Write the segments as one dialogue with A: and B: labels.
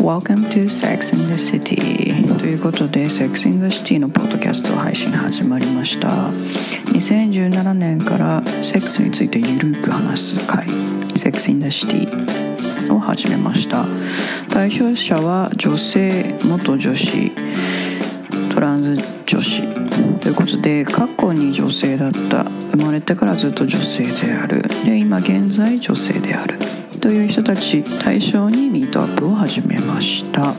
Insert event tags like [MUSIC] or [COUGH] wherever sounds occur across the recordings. A: Welcome to Sex in the City ということで Sex in the City のポッドキャスト配信始まりました2017年からセックスについてゆるく話す会 Sex in the City を始めました対象者は女性元女子トランス女子ということで過去に女性だった生まれてからずっと女性であるで今現在女性であるという人たち対象にミートアップを始めました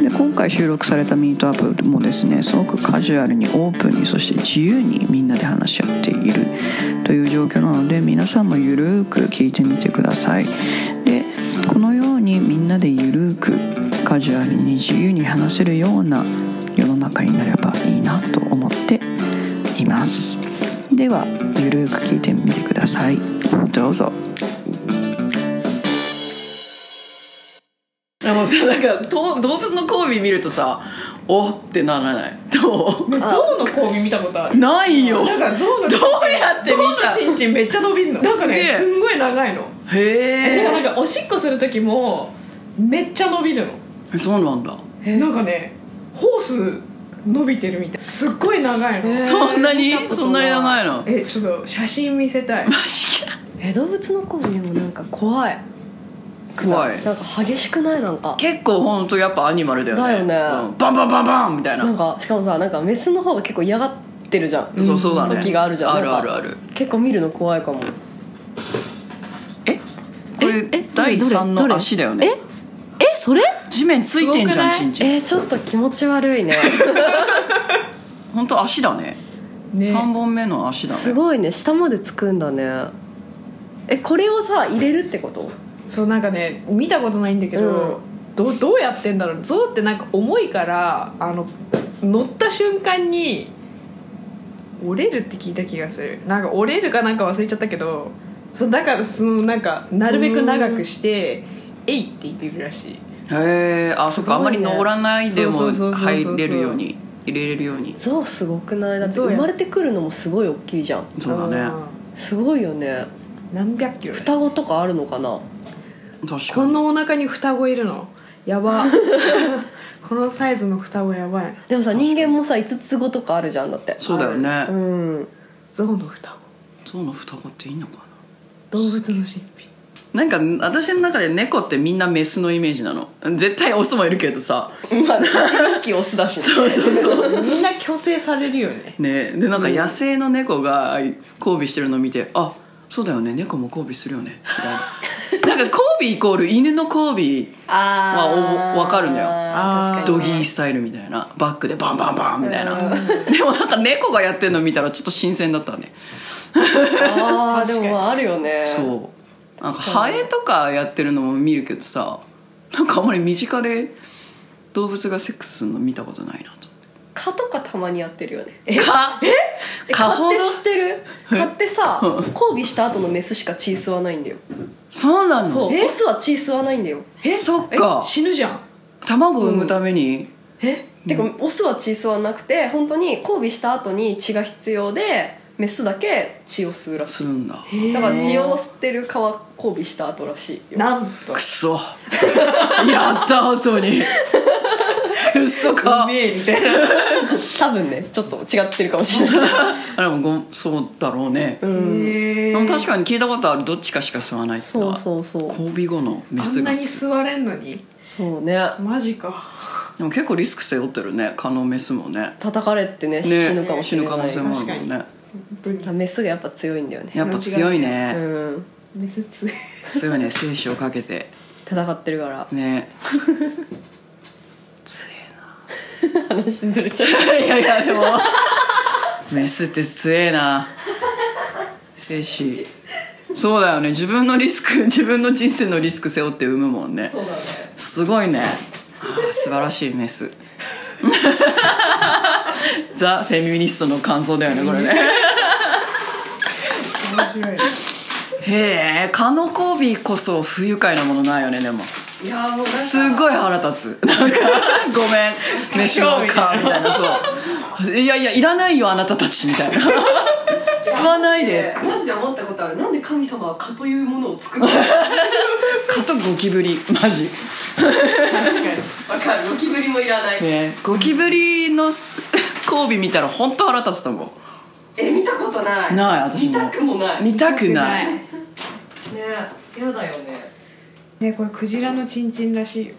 A: で今回収録されたミートアップもですねすごくカジュアルにオープンにそして自由にみんなで話し合っているという状況なので皆さんもゆるーく聞いてみてくださいでこのようにみんなでゆるーくカジュアルに自由に話せるような世の中になればいいなと思っていますではゆるーく聞いてみてくださいどうぞ
B: でもさなんかと動物の交尾見るとさおってならないど
C: ね、象の交尾見たことあ
B: う
C: る
B: ないよ
C: なんか象の
B: どうやって見た
C: 象のチンチンめっちゃ伸びんのなんかね
B: すげえ
C: すんごい長いのてか
B: へ
C: なんかおしっこする時もめっちゃ伸びるの
B: えそうなんだ
C: なんかねホース伸びてるみたいすっごい長いの
B: そんなにそんなに長いの
C: えちょっと写真見せたい
B: マジか
D: え動物の交尾でもなんか怖い
B: 怖い
D: なんか激しくないなんか
B: 結構ほんとやっぱアニマルだよね
D: だよね
B: うんバンバンバンバンみたいな
D: なんかしかもさなんかメスの方が結構嫌がってるじゃん
B: そうそうだね
D: 時があるじゃん
B: ある
D: な
B: あ
D: んか
B: るある
D: 結構見るの怖いかも
B: えこれ
D: ええ
B: 第3
D: どれど
B: の
D: れ
B: 足だよね
D: えそれ
B: 地面ついてんじゃん
C: す
B: ち
C: ごくなん
B: ちん
D: えー、ちょっと気持ち
B: [LAUGHS]
D: 悪いね
B: ほんと足だね
C: ね
B: 3本目の足だ
D: す
B: ね
D: ごいね下までつくんだねえこれをさ入れるってこと
C: そうなんかね見たことないんだけど、どどうやってんだろう象ってなんか重いからあの乗った瞬間に折れるって聞いた気がするなんか折れるかなんか忘れちゃったけどそうだからそのなんかなるべく長くして「えい」って言ってるらしい
B: へえあそっかあ
D: す
B: ん
D: ご
B: ま
D: いね
B: り登らないで
C: そ
B: も
C: うそうそうそうそう
B: 入れるように入れれるように
D: 象すごくないだって
C: 象や
D: 生まれてくるのもすごい大きいじゃん
B: そうだね
D: すごいよね
C: うん何百キロ
D: 双子とかあるのかな
B: 確か
C: こ
B: に
C: のお腹に双子いるのやばこのサイズの双子やばい
D: でもさ
B: 確かに
D: 人間もさ5つ子とかあるじゃんだって
B: そうだよね
D: うん
C: 象の双子
B: 象の双子っていいのか
C: 動物の神秘
B: ななんか私の中で猫ってみんなメスのイメージなの絶対オスもいるけどさ
D: まあ1匹 [LAUGHS] オスだしね
B: そうそうそう
C: みんな虚勢されるよね
B: ねでなんか野生の猫が交尾してるのを見てあそうだよね猫も交尾するよねみたいななんか交尾イコール犬の交尾まあ
D: あ
B: おわかるんだよ
C: あー
B: ドギースタイルみたいなバックでバンバンバンみたいなでもなんか猫がやってるの見たらちょっと新鮮だったね
D: ああ
C: 確か
D: で
C: に
D: もまああるよね
B: そうなんかハエとかやってるのも見るけどさなんかあんまり身近で動物がセックスするの見たことないなと
D: 蚊とかたまにやってるよね
B: 蚊
D: え
B: 蚊
D: 蚊
B: ほ
D: っ
B: ど
D: て知ってる蚊ってさ
B: うん
D: 交尾した後のメスしか血吸わないんだよ
B: そうな
D: そ
B: の
D: うオスは血吸わないんだよ
C: え
B: そっか
C: え死ぬじゃん
B: 卵を産むために、
C: え
D: てかオスは血吸わなくて本当に交尾した後に血が必要でメスだけ血を吸うらし
B: するんだ
D: いだから血を吸ってる蚊は交尾した後らしいよ
C: なんと
B: くそ [LAUGHS] やった後
D: [LAUGHS]
B: にくっそか
C: えみたいな
D: 多分ねちょっと違ってるかもしれない
B: [LAUGHS] あれもごそうだろうね、
D: うん
B: でも確
C: か
B: かに聞いたことあるどっちかしか吸わないっての
D: そう
B: は
D: そうそう
B: 交尾後のメ
C: あ
B: ス
C: んな
B: が
C: に
B: 吸う
C: 座れんのに
D: そうね
C: マジか
B: でも結構リスク背負ってるね蚊のメスもね
D: 叩かれて
B: ね
D: ね死ぬかもしれ
B: 死ぬ
D: ない
B: 可能性もあるもんね
C: 本当に
D: メスがやっぱ強いんだよね
B: やっぱ強いね、
D: うん
C: メスつ
B: 強いね精子をかけて
D: 戦ってるから
B: ね強え
D: 話ずれちゃう
B: ないやいやでもメスって強えな精子そうだよね自分のリスク [LAUGHS] 自分の人生のリスク背負って産むもんね
D: そうだね
B: すごいねあー素晴らしいメス [LAUGHS] ザ・フェミニストの感想だよねこれね
C: 面白い
B: へえ蚊の交尾こそ不愉快なものないよねでも
C: いやもう
B: すごい腹立つなんか「ごめん飯のか」みたいなそう「いやいやいらないよあなたたち」みたいな「吸わないで [LAUGHS]
D: マジで思ったことあるなんで神様は蚊というものを作ったの」
B: 「蚊とゴキブリマジ
D: わかるゴキブリもいらない
B: ねゴキブリのす交尾見たら本当腹立つと思
D: え見たことない
B: ない私も
D: 見たくもないうね
B: 見たくない
C: 見
D: 嫌だよね
C: ねこれクジラのチンチンらしいよ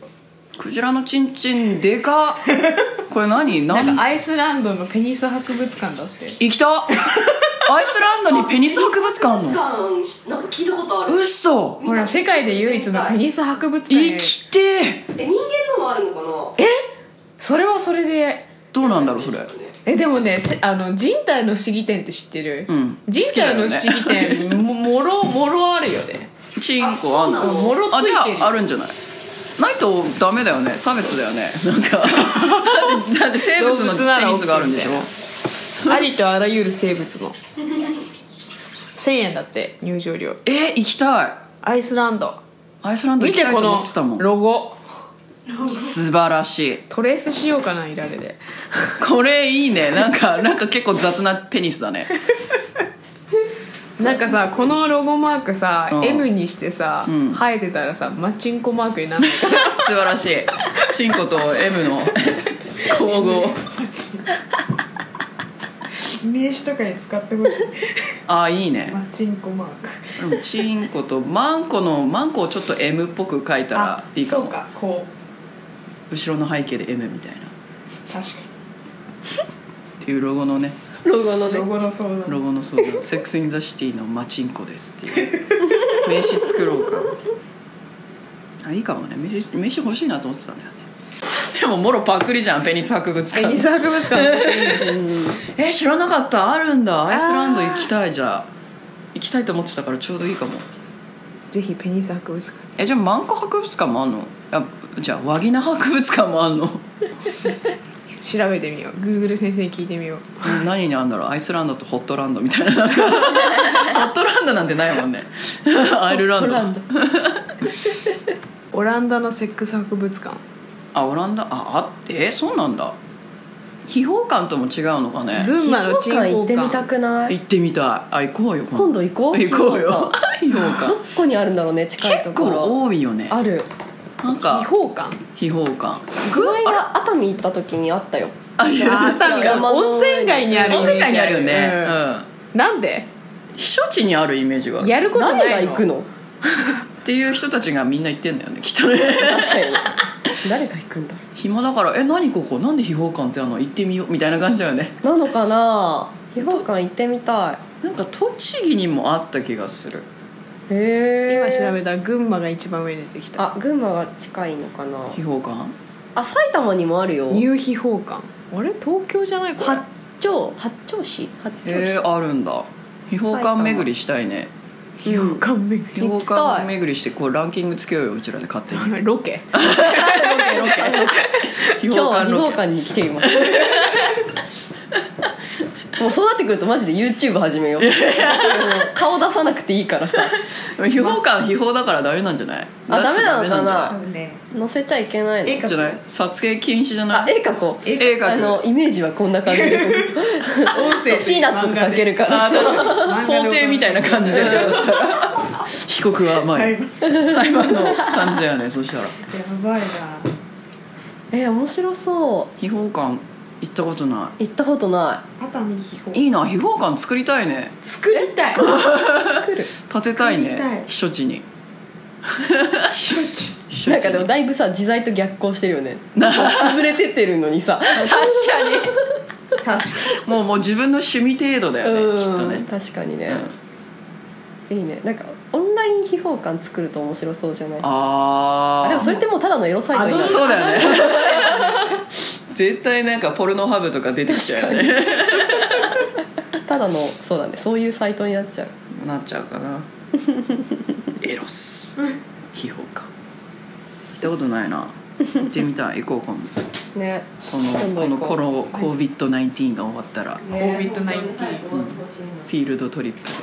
B: クジラのチンチンで [LAUGHS] かっこれ何
C: な
B: 何
C: んかアイスランドのペニス博物館だって
B: 行きた [LAUGHS] アイスランドにペニス博物館あんの
D: 博物館なんか聞いたことある
B: 嘘
C: ほら世界で唯一のペニス博物館
B: 行きてえ
D: え人間のもあるのかなえ
C: それはそれで
B: どうなんだろうそれ
C: えでもねせあの人体の不思議展って知ってる、
B: うん
C: 人体の不思議
B: 好きだよね
C: 展、ももろもろあるよね
B: チンコあん
D: あそう
B: の
D: なの
C: もろつ
B: あじ
C: いて
B: ゃ
C: る
B: ああるんじゃないないとダメだよね差別だよねなん [LAUGHS] かだってだって生物の
C: 動物なら
B: ペニスがあるんでしょ
C: OK ありとあらゆる生物の1000円だって入場料
B: え行きたい
C: アイスランド
B: アイスランド
C: 見
B: 行き
C: て
B: たい
C: こと
B: 思ってたも
C: の
B: ん
C: ロゴ
B: 素晴らしい
C: トレースしようかないられで
B: これいいねなんかなんか結構雑なペニスだね
C: なんかさこのロゴマークさ、
B: うん
C: M にしてさ、
B: うん
C: 生えてたらさマッチンコマークにならないか
B: 素晴らしいチンコと M の交互
C: 名刺とかに使ってほしい [LAUGHS]
B: あいいね
C: ッチンコマーク
B: でもチンコとマンコのマンコをちょっと M っぽく書いたらいいかも
C: こ
B: 後ろの背景で M みたいな
C: う確か
B: っていうロゴのね
D: ロゴのね
C: ゴのそうな
B: ロゴのそうだ「セックス・イン・ザ・シティのマチンコです」っていう名刺作ろうかあいいかもね名刺名刺欲しいなと思ってたんだよねでももろパクリじゃんペニス博物
C: ペニ
B: 館
C: ス博物館 [LAUGHS]
B: え知らなかったあるんだアイスランド行きたいじゃあ行きたいと思ってたからちょうどいいかも
C: ぜひペニス博物館
B: えじゃあマンコ博物館もあんのあじゃあワギナ博物館もあんの
C: 調べてみよう Google 先生に聞いてみよう
B: うん何にあんだろうアイスランドとホットランドみたいななん [LAUGHS] かホットランドなんてないもん [LAUGHS] ねアイルランド
C: [LAUGHS] オランダのセックス博物館
B: あオランダああえそうなんだ秘宝館とも違うのかね
C: 群馬の
D: 地
C: 鎮
D: 方行
C: 行
D: ってみた
C: 館
D: くない
B: 行ってみたいあ行こうよ
D: 今度行こう
B: 行こうよ [LAUGHS] 秘宝
D: ど
B: 館
D: こにあるんだろうね近いと
B: 結
D: ころ
B: 構多いよね
D: ある
B: なん
C: 違
B: か
C: 法館
B: 秘宝館
D: この間熱海行った時にあったよ
B: あい
C: あ
B: や
C: 熱海
D: 山の
C: 温泉街にあるイメージ
B: 温泉街にあるよね
C: う
B: うんん
C: なんで
B: 避暑地にあるイメージがある
C: やることない
D: 誰が行くの
B: っていう人たちがみんな行ってんだよねきっとね [LAUGHS]
D: 確かに
C: [LAUGHS]
D: 誰が行くんだ
B: 暇だから「え何ここなんで秘宝館ってあんの行ってみよう」みたいな感じだよね
D: なのかな秘宝館行ってみた
B: なんか栃木にもあった気がする
D: いへ
C: 今
D: え
C: 調べたら群馬が一番上に出てきた
D: あ群馬が近いのかな
B: 秘宝館
D: あ埼玉にもあるよ
C: ニュー秘宝館あれ東京じゃないこれ
D: 八丁八丁市八丁市、
B: へえあるんだ秘宝館巡りしたいね
C: 秘宝館巡
B: 秘宝館巡りしてこうランキングつけようようちらで勝手にロ
C: りロケ
B: ケロケ [LAUGHS] 秘
D: 今日は
B: 宝館
D: 日
B: ロ
D: 本
B: ケ
D: 館に来てい
C: [LAUGHS]
D: ますもうそうなってくるとマジで YouTube 始めようもう顔出さなくていいからさ
B: 秘宝館秘宝だからダメなんじゃない
D: あダメなの
B: 出しちゃダ
D: か
B: メんじゃい
D: な載せちゃいけないの
C: え
B: じゃない撮影禁止じゃ
D: あ
B: ない
D: 絵描こう
B: 絵描く
D: あのイメージはこんな感じです
B: [LAUGHS]
C: 音声
D: ピーナッツかけるから
B: あ確かに
C: 漫画で
B: 法廷みたいな感 [LAUGHS] じだよねそしたら被告は前裁判の感じだよねそしたら
C: ばいな
D: え面白そ
B: 秘宝館行ったことな
D: う行ったことな
C: 熱海秘宝
B: いいいな秘宝館作りたいね
C: 作りたい
D: い作る
B: 建てたい
C: 作りたい
B: ね避暑地に [LAUGHS] 避暑地
D: なんかでもだいぶさ自在と逆行してるよね潰れてってるの
B: [LAUGHS]
D: にさ
B: 確かに
C: 確か
B: もうもう自分の趣味程度だよねきっと
D: うん
B: ね
D: 確かに
B: う
D: ね、
B: ん
D: いいねなんかオンライン秘宝館作ると面白そうじゃない
B: あ
D: あ
B: あ
D: でもそれってもうただのエロサイトになる
B: そうだよね絶対なんかポルノハブとか出てきちゃうよね
D: ただのそうだねそういうサイトになっちゃう
B: なっちゃうか
D: [LAUGHS]
B: なエロス秘宝館行ったことないな行ってみ
D: [LAUGHS]
B: たい行こう今度
D: ね
B: この
D: 今度
B: こ
D: 行
B: の
D: こう
B: コロ COVID-19 が終わったら
D: ね
C: COVID-19
D: うん
B: フィールドトリップで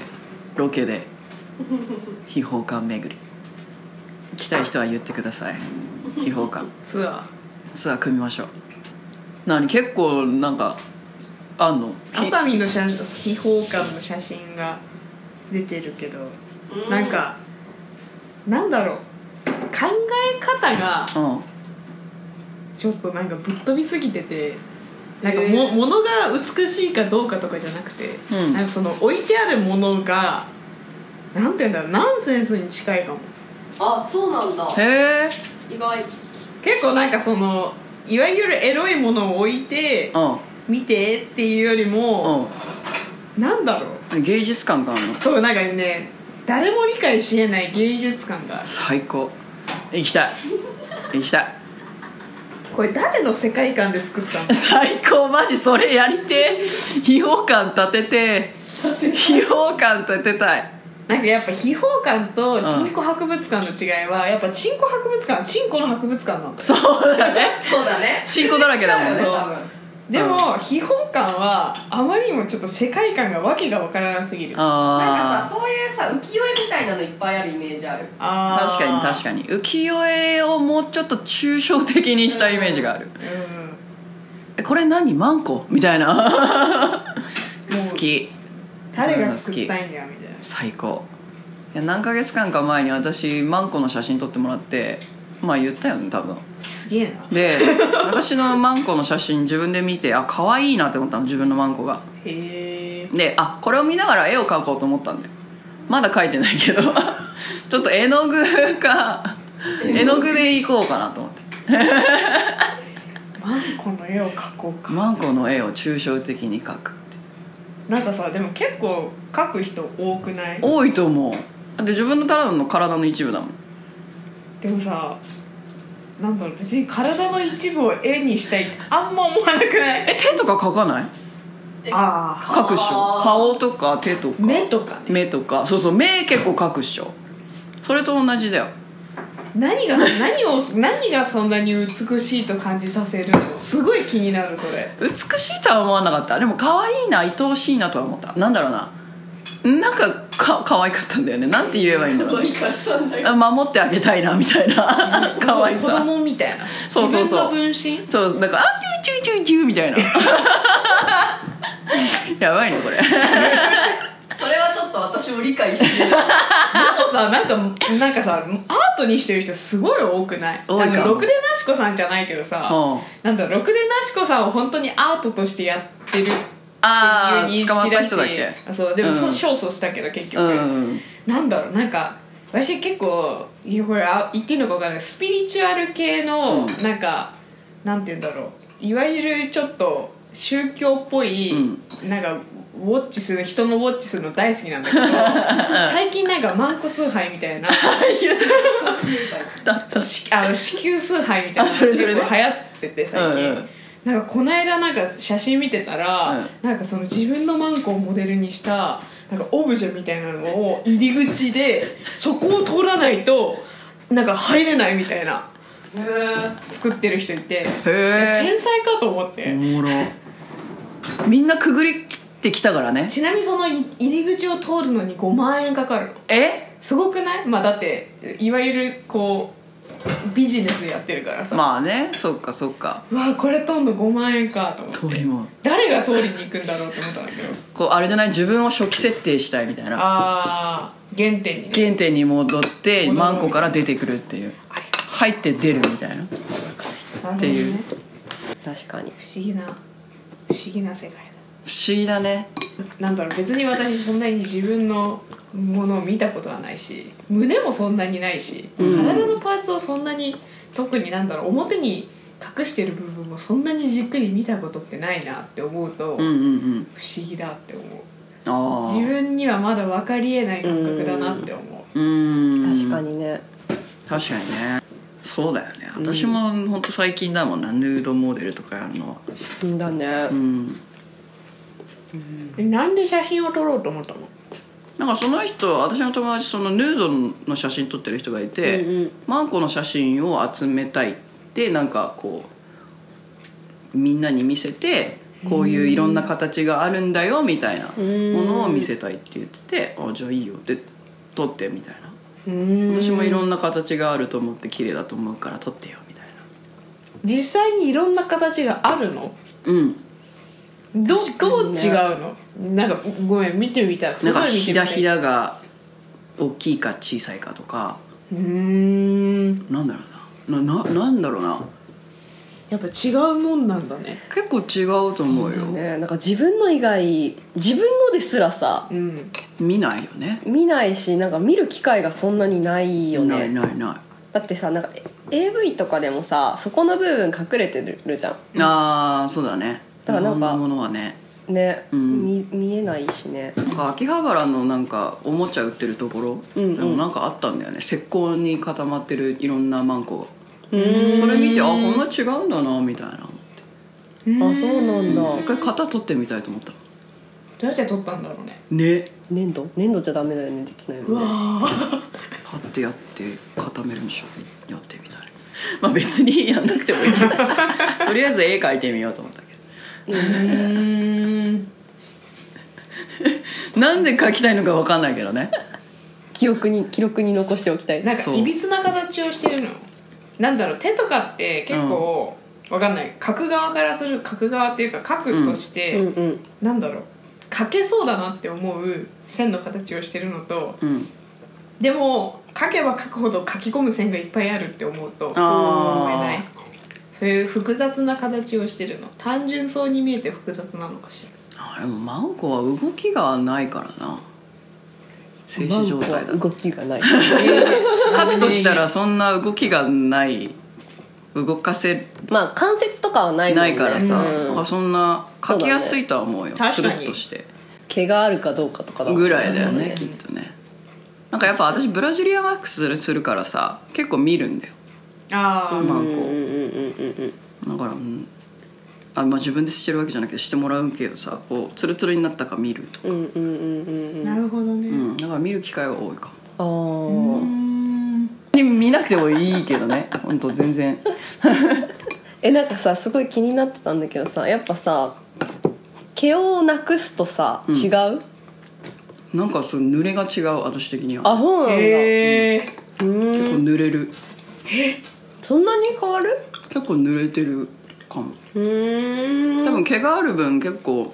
B: ロケ
D: [LAUGHS]
B: で秘宝館巡り来たい人は言ってください秘宝
D: [LAUGHS]
B: 館
C: にツア
B: ツアー組みましょう何結構なんかあんの
C: ー熱海の写真秘宝館の写真が出てるけどなんかなんだろう考え方が
B: うん
C: ちょっとなんかぶっ飛びすぎててなんか
D: へ
C: も
D: ー
C: 物が美しいかどうかとかじゃなくて、
B: うん
C: なんかその置いてあるものがなんて言うんだろうナンセンスに近いかも
D: あそうなんだ
B: へえ
D: 意外
C: 結構なんかそのいわゆるエロいものを置いて
B: う
C: 見てっていうよりも、
B: ん
C: なんだろう
B: うん芸術感があるの
C: そうなんかね誰も理解しえない芸術感がある
B: 最高行きたい行きたい
C: これ誰の世界観で作ったの
B: 最高マジそれやりてえ批評感立てて批評感立てたい
C: なんかやっぱ秘宝館とチンコ博物館の違いは、やっぱチンコ博物館はチンコの博物館なんだよ
B: そうだね
D: そうだね
B: チンコだらけだもんね
C: そう
D: 多分
C: でも、秘宝館はあまりにもちょっと世界観がわけがわからなすぎる
D: なんか
B: あ
D: さそういうさ浮世絵みたいなのいっぱいあるイメージある
B: あ
C: あ
B: 確かに確かに浮世絵をもうちょっと抽象的にしたイメージがある
C: に、うん、
B: えこれ何マンコみたいな
C: う
B: [LAUGHS] 好き
C: 誰が作ったんやみたいな
B: 最高いや何ヶ月間か前に私マンコの写真撮ってもらってまあ言ったよね多分
C: すげえな
B: で私のマンコの写真自分で見てあ可愛いなって思ったの自分のマンコが
C: へえ
B: であこれを見ながら絵を描こうと思ったんだよまだ描いてないけど [LAUGHS] ちょっと絵の具か絵の具でいこうかなと思って
C: マンコの絵を描こうか
B: マンコの絵を抽象的に描くって
C: なんかさでも結構描く人多くない
B: 多いと思うだって自分のただの体の一部だもん
C: でもさなんだろう別に体の一部を絵にしたいってあんま思わなくない
B: え手とか描かない
C: あ
B: 描くっしょ
D: あー
B: 顔とか手とか
C: 目とかね
B: 目とかそうそう目結構描くっしょそれと同じだよ
C: 何が何を何がそんなに美しいと感じさせるのすごい気になるそれ
B: 美しいとは思わなかったでも可愛いな愛おしいなとは思ったなんだろうななんかか可愛かったんだよねなんて言えばいいんだろ [LAUGHS] うねあ守ってあげたいなみたい [LAUGHS] な可愛
C: 子
B: さ
C: 供みたいな
B: そうそうそう
C: 自分の分身
B: そうなんか「あチューチューチューチュー」み [LAUGHS] たいなやばいね [LAUGHS] これ
D: それはちょっと私も理解してない
C: でもさなんかなんかさアートにしてる人すごい多くない
B: 多いか
C: あのろくでなしこさんじゃないけどさ、
B: うん
C: なんだろうろくでなしこさんを本当にアートとしてやってるっていう
B: あ
C: 認
B: あ
C: 識
B: 捕まった
C: だし
B: 人だっけ
C: あそうでも、
B: うん
C: そう勝訴したけど結
B: う
C: 局、
B: [LAUGHS] ん
C: なんだろうなんか私結構いやこれあ言っていいのか分からないスピリチュアル系の、
B: うん
C: なんかなんて言うんだろういわゆるちょっと宗教っぽい、なんかウォッチする人のウォッチするの大好きなんだけど最近なんかマンコ崇拝みたいなそうしあの子宮崇拝みたいな
B: あそれそれね
C: 結構流行ってて最近、
B: うんうん
C: なんかこの間なんか写真見てたら、
B: うん
C: なんかその自分のマンコをモデルにしたなんかオブジェみたいなのを入り口でそこを通らないとなんか入れないみたいな作ってる人いて
B: へえ
C: 天才かと思って、
B: おもろみんなくぐりってきたからね
C: ちなみにそのい入り口を通るのに5万円かかるの
B: え
C: すごくないまあだっていわゆるこうビジネスやってるからさ、
B: まあねそっかそっか
C: うわこれ通んの5万円かと思って
B: 通りもん
C: 誰が通りに行くんだろうと思ったんだけど
B: こうあれじゃない自分を初期設定したいみたいな
C: ああ原点にね
B: 原点に戻って
C: 戻る
B: マンコから出てくるっていう入って出るみたいな
C: っ
B: っていう
C: 不
D: 確かに
C: 思議な不思議な世界
B: 不思議だね
C: だなんだろう別に私そんなに自分のものを見たことはないし胸もそんなにないし、
B: うん
C: 体のパーツをそんなに特になんだろう表に隠してる部分もそんなにじっくり見たことってないなって思うと、
B: うんうんうん
C: 不思議だって思う
B: ああ
C: 自分にはまだ分かりえない感覚だなって思う
B: うん
D: にね
B: 確かにねそうだよね私も本当最近だもんなヌードモデルとかやるのは
D: だね
B: うん
C: えなんで写真を撮ろうと思ったの
B: なんかその人私の友達そのヌードの写真撮ってる人がいて、マンコの写真を集めたいってなんかこうみんなに見せてこういういろんな形があるんだよみたいなものを見せたいって言ってて「あじゃあいいよ」って撮ってみたいな私もいろんな形があると思って綺麗だと思うから撮ってよみたいな
C: 実際にいろんな形があるの
B: うん
C: どどう違うのなんかごめん見てみた
B: な
C: す
B: んか
C: ごい見てみ
B: ひ
C: た
B: らひらが大きいか小さいかとか
C: うーん
B: なんだろうななななんだろうな
C: やっぱ違うもんなんだね
B: 結構違うと思うよ
D: ねなんか自分の以外自分のですらさ
C: うん
B: 見ないよね
D: 見ないしなんか見る機会がそんなにないよね
B: ないないな
D: だってさなんか AV とかでもさそこの部分隠れてるじゃ
B: いああそうだね
D: だからなんか
B: 日本のものはね
D: んね、
B: うん
D: み見えないしね
B: なんか秋葉原のなんかおもちゃ売ってるところ、
D: うんうん
B: でもなんかあったんだよね石膏に固まってるいろんなマンコ
D: うん
B: がそれ見てあこんな違うんだなみたいな
D: あそうなんだ、
B: 一回型取ってみたいと思った
C: どうやって撮ったんだろうね
B: ね
D: 粘土粘土じゃダメだよねできないうもんね
C: わ
B: パッてやって固めるんでしょやってみたいまあ別にやんなくてもいいです [LAUGHS] とりあえず絵描いてみようと思ったけ
C: うん
B: どなんで描きたいのか分かんないけどね
D: 記憶に [LAUGHS] 記録に残しておきたい
C: なん
B: そ
C: か
B: う
C: いびつな形をしてるのよなんだろう手とかって結構、わかんない角側からする角側っていうか角として、
D: うんうん
C: なんだろうかけそうだなって思う線の形をしてるのと
B: うん
C: でも書けば書くほど書き込む線がいっぱいあるって思うと
B: あー
C: 思えないそういう複雑な形をしてるの単純そうに見えて複雑なのかし
B: [LAUGHS] あれもマンコは動きがないからな静止状態だ
D: マンコは動きが [LAUGHS] ない
B: 描くとしたらそんな動きがない動かせ
D: まあ関節とかはないもん
B: な
D: ね
B: いからさ、
D: うん
B: なんかそんな描きやすいとは思うよ
C: そうだね
B: つるっとして
D: 毛があるかどうかとかだもん
B: ぐらいだよ
D: う
B: ね
D: ん
B: きっとねなんかやっぱ私ブラジリアンワックスするするからさ結構見るんだよ
C: らああ、
B: マン
D: うんうん
B: コ
D: うんうんうん
B: だから、うんあまあ、自分でしてるわけじゃなくてしてもらうけどさこうツルツルになったか見ると、
D: うんうんうんうんうん
C: なるほどね、
B: うん、だから見る機会は多いかも
D: あ
C: う
D: ー
C: ん
B: 見なくてもいいけどね本当全然
D: えなんかさすごい気になってたんだけどさやっぱさ毛をなくすとさ
B: ん
D: 違う、
B: なんかその濡れが違う私的には
D: あそうなんだ、
C: へえ
D: うーん
B: 結構濡れる
D: そんなに変わる
B: 結構濡れてるかも
D: うーん
B: 多分毛がある分結構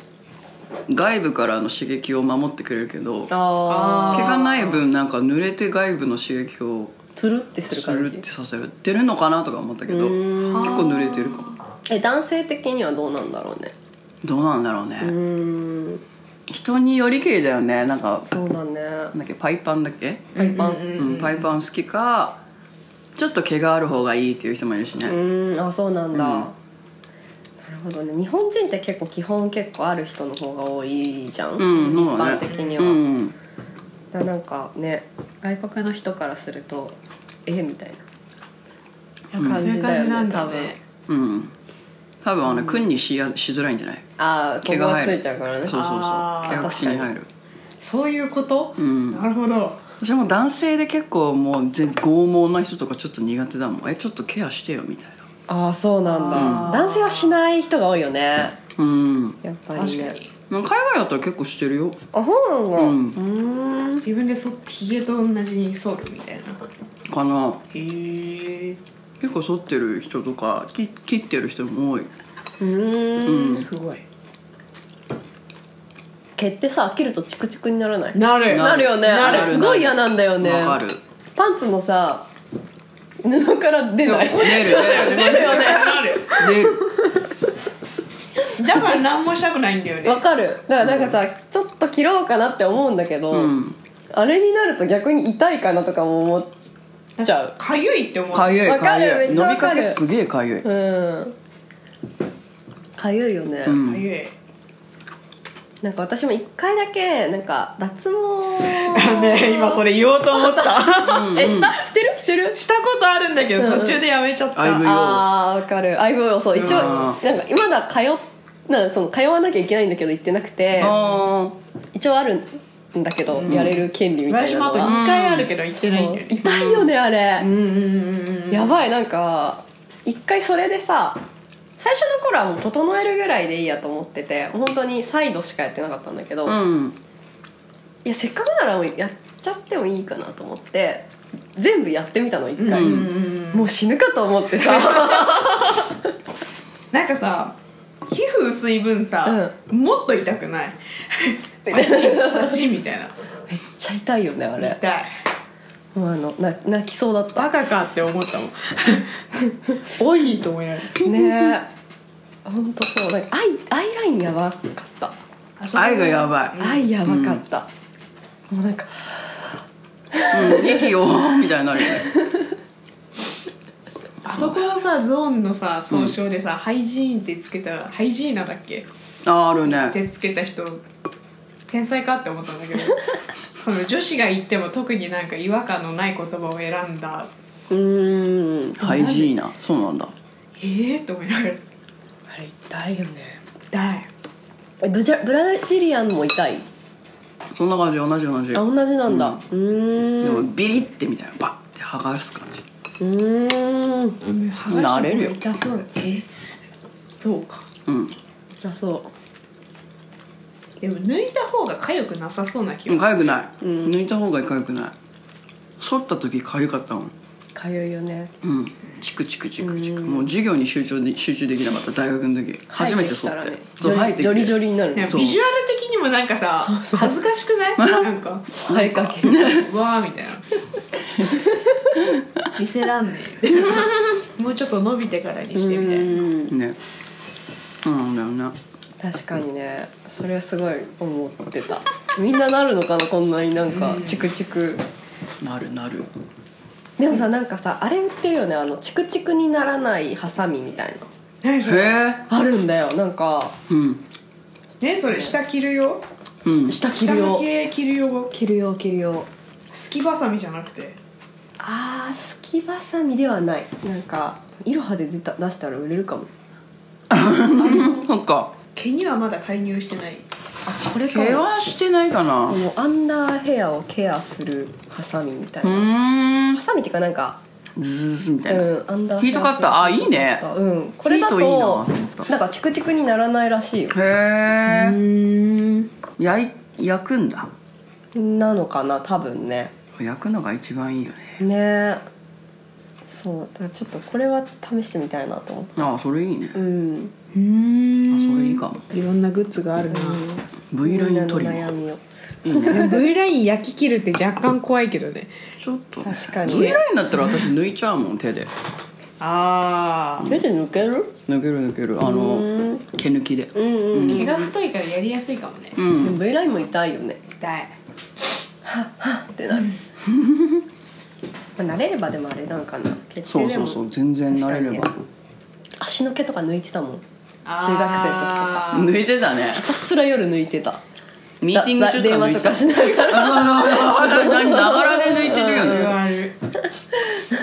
B: 外部からの刺激を守ってくれるけど毛
D: あ
C: ー
D: あ
B: がない分なんか濡れて外部の刺激を
D: つるってする
B: す
D: 感
B: るっ
D: じ
B: てさせるってるのかなとか思ったけど
D: う
B: 結
D: ーん
B: 構濡れてるかも
D: え男性的にはどうなんだろうね
B: どうなんだろうね、
D: うーん
B: 人によりけりだよねなんか
D: そうだね
B: なんだっけパイパンだっけ、
D: パイパン
C: うん
B: うん、パイパン好きかちょっと毛がある方がいいっていう人もいるしね、
D: うーんあそうなんだ、
B: うん
D: なるほどね日本人って結構基本結構ある人の方が多いじゃん、
B: うん
D: 一
B: そうだ
D: 般
B: ね
D: 的には、
B: うん、
D: だからなんかね外国の人からするとえみたいな
B: うん
D: 感じだよね
C: なん
D: 多
C: だ
D: 分
C: ね
B: うん、多分あの訓にしやしづらいんじゃない
D: ああ毛
B: 毛が
D: が
B: 入
D: つ
B: る
D: いちゃうからね
B: そうそうそう毛
C: あー
B: が口に入る
C: そういうこと、
B: うん
C: なるほど
B: 私はもう男性で結構もう全剛毛な人とかちょっと苦手だもんえちょっとケアしてよみたいな
D: ああそうなんだ
C: うん
D: 男性はしない人が多いよね
B: うん
D: やっぱりね
C: 確かに
B: 海外だったら結構してるよ
D: あそうな
B: うんん
D: だうーん
C: 自分でそひげと同じに剃るみたいな
B: かな
C: へえ
B: 結構剃ってる人とかき切ってる人も多い、
D: うーん
B: うん、
C: すごい
D: 毛ってさ切るとチクチクにならない
C: なる
D: なるよね
C: な
D: あ
C: る
D: れすごい嫌なんだよね
B: わか
D: [LAUGHS]
B: る
D: パンツのさ布から出ない
B: 出る出る
C: なるよねなる
B: 出る
C: だから何もしたくないんだよね
D: わかるだからなんかさ、ちょっと切ろうかなって思うんだけど、
B: うん
D: あれになると逆に痛いかなとかも思っちゃう
C: かゆいって思う
B: かゆい
D: わか
B: か
D: る
B: ゆい
D: めっ
B: 飲
D: ちゃわかる
B: みかけすげえかゆい
D: うんかゆいよね、
B: うん
C: かゆい [LAUGHS]
D: なんか私も一回だけなんか脱毛
C: ね今それ言おうと思った
D: [LAUGHS] えしたしてるしてる
C: したことあるんだけど途中でやめちゃった、
B: うん IV
D: あーわかる IVO そう一応な
B: あ
D: んかまだ通っなんかその通わなきゃいけないんだけど行ってなくて
B: あ
D: 一応あるんだけど、やれる権利みたい
C: 私
D: な
C: もあ
D: の
C: と
D: は、
C: 2回あるけど行ってないんだよね
D: 痛いよねあれ、
C: うんうんうんうん
D: やばいなんか一回それでさ最初の頃はもう整えるぐらいでいいやと思ってて本当にサイドしかやってなかったんだけど、
B: ー
D: い
B: うん
D: やせっかくならもうやっちゃってもいいかなと思って全部やってみたの一回、
B: うん
C: うんうん
D: もう死ぬかと思ってさ
C: なんかさ皮膚薄い分さ、もっと痛くない
D: めっ
C: パチンみたいな
D: ちゃ痛いよねあれ
C: 痛い
D: もうあのな泣きそうだっ
C: バ
D: た
C: カかって思ったもん [LAUGHS] おいと思いながら
D: ねえほんとそうなんかアイアイラインやばかった
B: 愛がやばい
D: 愛やばかった、もうなんか
B: うん、息をみたいになるよね
C: あそこのさゾーンのさ総称でさ、ハイジーンってつけたハイジーナだっけ
B: あある
C: っ
B: ね
C: てつけた人天才かって思った
B: [LAUGHS]
C: んだけどこの女子が言っても特になんか違和感のない言葉を選んだ
D: うーん
B: ハイジーナそうなんだ
C: ええー、と思いながら
D: あれ痛いよね
C: だよ
D: ブジャブラジリアンも痛いあ
B: そんな感じ同じ同じ
D: 同じなんだう
B: で
D: ー
B: も
D: ん
B: ビリってみたいなバッて剥がす感じ
D: うーん
B: 慣れるよ
C: 痛そうだえそうか
B: うん
D: あそ
C: でも抜いた方が痒くなさそうな気が
B: かゆくない、
D: うん
B: 抜いた方がかゆくない剃った時かゆかったもん
D: うかゆいよね
B: うんチクチクチクチク
D: うん
B: もう授業に集中で集中できなかった大学の時初めて剃ってそう生
D: 生
B: えてき
D: えてきたらねジョ
B: て
D: リジョリになる
C: ね
D: ね
B: そう
C: ビジュアル的にもなんかさ恥ずかしくない
B: [LAUGHS]
C: なんか
D: 生え
C: [LAUGHS]
D: かけ
C: うわーみたいな見せらんねえもうちょっと伸びてからにしてみたいな
D: うん
B: ねうんだよね
D: 確かにねそれはすごい思ってたみんななるのかなこんなになんかチクチク
B: なるなる
D: でもさなんかさあれ売ってるよねあのチクチクにならないハサミみたいな
C: 何
B: へ
C: それ
B: え
D: あるんだよなんか
B: うん
C: ねそれ下着るよ
B: うん
D: 下切
C: 下
D: る
C: の
D: よ
C: 毛着るよ
D: 切るよ切るよ
C: すきばさみじゃなくて
D: あーすきばさみではないなんかイロハで出た出したら売れるかも
B: そっか
C: 毛にはまだ介入してない
D: あこれか
B: 毛
D: も
B: はしてないかな
D: こ
B: う
D: のアンダーヘアをケアするハサミみたいな、
B: ーん
D: ハサミっていうかなんか
B: ズーみた
D: う
B: いな、
D: んアンダー
B: ヒートカッターあいいね
D: うんこれだと
B: ヒートいいなと思った
D: なんかチクチクにならないらしいよ
B: へ
D: ん
B: え焼い焼くんだ
D: なのかな多分ね
B: 焼くのが一番いいよね
D: ねそうだからちょっとこれは試してみたいなと思う
B: ああそれいいね
D: うん
C: うん
B: あそれいいかも
C: いろんなグッズがあるな
B: V ライントリ
D: みん
B: マ
D: なの悩
B: ー
D: みを
B: いいね
C: V ライン焼き切るって若干怖いけどね
B: ちょっと
D: 確かに
B: V ラインだったら私抜いちゃうもん手で
C: あ
D: 手で抜ける
B: 抜ける抜けるあ
D: う
B: の
D: ん
B: 毛抜きで
D: うんうん
C: 毛が太いからやりやすいかもね
B: うん
D: でも V ラインも痛いよね
C: 痛い
D: ってなる [LAUGHS] まあ慣れればでもあれなんかな決
B: そ
D: 定
B: う
D: で
B: そ
D: も
B: うそう全然慣れれば
D: 確足の毛とか抜いてたもんひ
C: あー
B: 抜いてたね
D: たすら夜抜いてた
B: ミーティング中とか抜い
D: だ電話
B: て
D: とか
B: た
D: しな
B: [LAUGHS]
D: がら
B: あそうそうそうながらで抜いてるよ
C: ある
B: ね
C: あ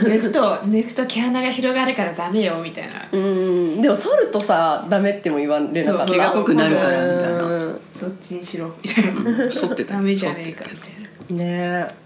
C: る抜くと抜くと毛穴が広がるからダメよみたいな
D: うんでも剃るとさダメっても言われなかった
C: そう毛が濃くなるから
B: みたいな
D: うん
C: どっちにしろみたいな
B: 剃ってた
C: ダメじゃねえかみたいな
D: ねえ